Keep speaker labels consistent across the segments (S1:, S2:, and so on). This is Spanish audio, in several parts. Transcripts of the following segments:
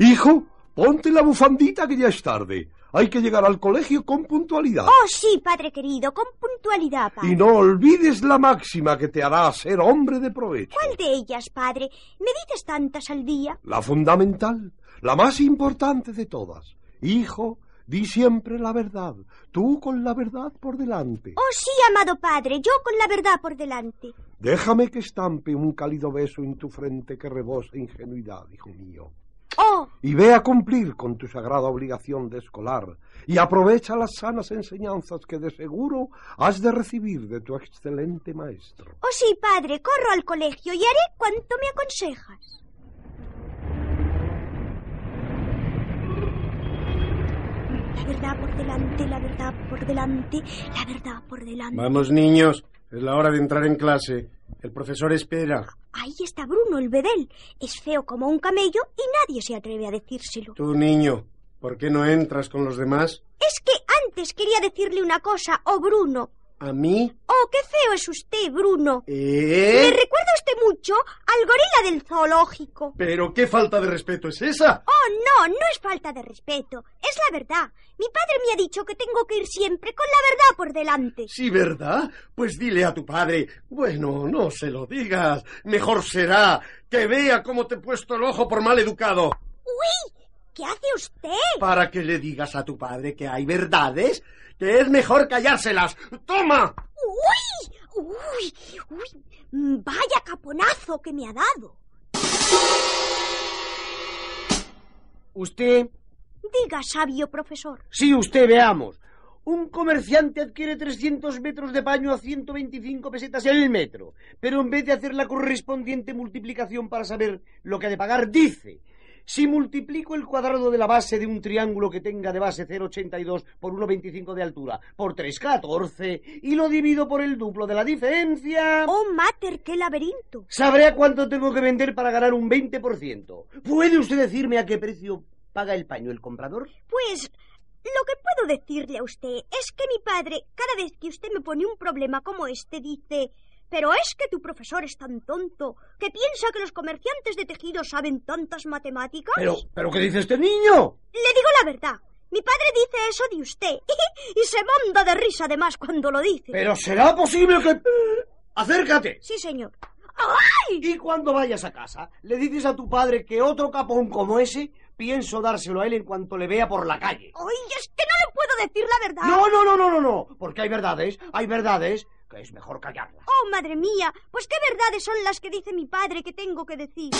S1: Hijo, ponte la bufandita que ya es tarde. Hay que llegar al colegio con puntualidad.
S2: Oh, sí, padre querido, con puntualidad, padre.
S1: Y no olvides la máxima que te hará ser hombre de provecho.
S2: ¿Cuál de ellas, padre? ¿Me dices tantas al día?
S1: La fundamental, la más importante de todas. Hijo, di siempre la verdad, tú con la verdad por delante.
S2: Oh, sí, amado padre, yo con la verdad por delante.
S1: Déjame que estampe un cálido beso en tu frente que rebosa ingenuidad, hijo mío.
S2: Oh,
S1: Y ve a cumplir con tu sagrada obligación de escolar y aprovecha las sanas enseñanzas que de seguro has de recibir de tu excelente maestro.
S2: oh sí, padre, corro al colegio y haré cuanto me aconsejas. La verdad por delante, la verdad por delante, la verdad por delante.
S3: Vamos, niños, es la hora de entrar en clase. El profesor espera.
S2: Ahí está Bruno, el bedel. Es feo como un camello y nadie se atreve a decírselo.
S3: Tú, niño, ¿por qué no entras con los demás?
S2: Es que antes quería decirle una cosa, oh Bruno.
S3: ¿A mí?
S2: Oh, qué feo es usted, Bruno. Me
S3: ¿Eh?
S2: recuerda usted mucho al gorila del zoológico.
S3: ¿Pero qué falta de respeto es esa?
S2: Oh, no, no es falta de respeto. Es la verdad. Mi padre me ha dicho que tengo que ir siempre con la verdad por delante.
S3: Sí, ¿verdad? Pues dile a tu padre. Bueno, no se lo digas. Mejor será que vea cómo te he puesto el ojo por mal educado.
S2: ¡Uy! ¿Qué hace usted?
S3: Para que le digas a tu padre que hay verdades que es mejor callárselas. ¡Toma!
S2: ¡Uy! ¡Uy! ¡Uy! Mm, Vaya caponazo que me ha dado.
S4: Usted,
S2: Diga, sabio profesor.
S4: sí, usted, veamos. Un comerciante adquiere 300 metros de paño a 125 pesetas el metro, pero en vez de hacer la correspondiente multiplicación para saber lo que ha de pagar, dice, si multiplico el cuadrado de la base de un triángulo que tenga de base 0,82 por 1,25 de altura por 3,14 y lo divido por el duplo de la diferencia...
S2: Oh, mater, qué laberinto.
S4: Sabré a cuánto tengo que vender para ganar un 20%. ¿Puede usted decirme a qué precio paga el paño el comprador?
S2: Pues lo que puedo decirle a usted es que mi padre, cada vez que usted me pone un problema como este, dice, pero es que tu profesor es tan tonto que piensa que los comerciantes de tejidos saben tantas matemáticas.
S4: Pero, pero ¿qué dice este niño?
S2: Le digo la verdad. Mi padre dice eso de usted y se monda de risa además cuando lo dice.
S4: Pero será posible que... Acércate.
S2: Sí, señor. ¡Ay!
S4: Y cuando vayas a casa, le dices a tu padre que otro capón como ese pienso dárselo a él en cuanto le vea por la calle.
S2: ¡Ay, es que no le puedo decir la verdad!
S4: No, no, no, no, no, no. Porque hay verdades, hay verdades que es mejor callarlas.
S2: ¡Oh, madre mía! Pues qué verdades son las que dice mi padre que tengo que decir.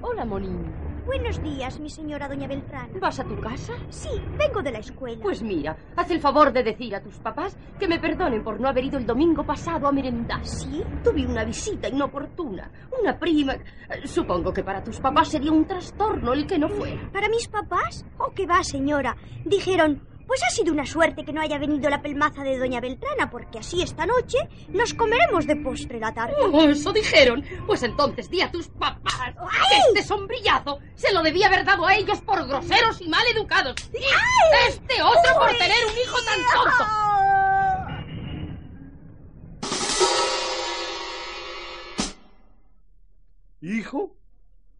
S5: Hola, Monín.
S2: Buenos días, mi señora doña Beltrán.
S5: ¿Vas a tu casa?
S2: Sí, vengo de la escuela.
S5: Pues mira, haz el favor de decir a tus papás que me perdonen por no haber ido el domingo pasado a merendar.
S2: ¿Sí?
S5: Tuve una visita inoportuna, una prima. Eh, Supongo que para tus papás sería un trastorno el que no fuera.
S2: ¿Para mis papás? ¿O qué va, señora? Dijeron, pues ha sido una suerte que no haya venido la pelmaza de doña Beltrana, porque así esta noche nos comeremos de postre la tarde.
S5: Oh, eso dijeron. Pues entonces di a tus papás que este sombrillazo se lo debía haber dado a ellos por groseros y mal educados. Y este otro por tener un hijo tan tonto.
S1: Hijo,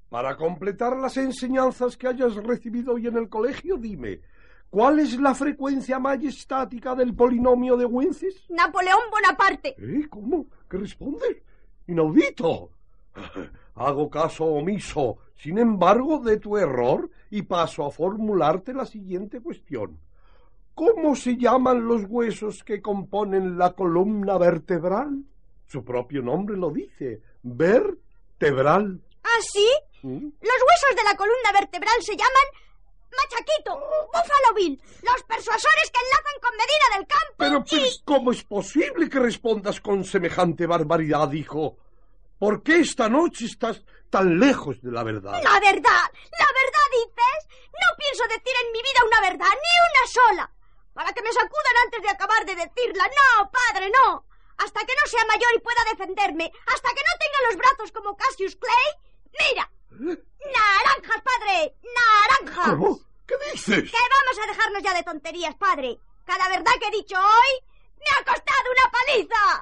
S1: para completar las enseñanzas que hayas recibido hoy en el colegio, dime, ¿cuál es la frecuencia majestática del polinomio de Wences?
S2: Napoleón Bonaparte.
S1: ¿Eh? ¿Cómo? ¿Qué respondes? Inaudito. Hago caso omiso, sin embargo, de tu error y paso a formularte la siguiente cuestión. ¿Cómo se llaman los huesos que componen la columna vertebral? Su propio nombre lo dice, vertebral.
S2: ¿Ah, sí?
S1: ¿Mm?
S2: Los huesos de la columna vertebral se llaman machaquito, búfalo vil, los persuasores que enlazan con Medina del Campo
S1: Pero,
S2: y...
S1: pero, ¿cómo es posible que respondas con semejante barbaridad, hijo? ¿Por qué esta noche estás tan lejos de la verdad?
S2: La verdad, la verdad dices. No pienso decir en mi vida una verdad, ni una sola. Para que me sacudan antes de acabar de decirla. No, padre, no. Hasta que no sea mayor y pueda defenderme, hasta que no tenga los brazos como Cassius Clay. Mira. Naranjas, padre. Naranjas.
S1: ¿Cómo? ¿Qué dices?
S2: Que vamos a dejarnos ya de tonterías, padre. Cada verdad que he dicho hoy me ha costado una paliza.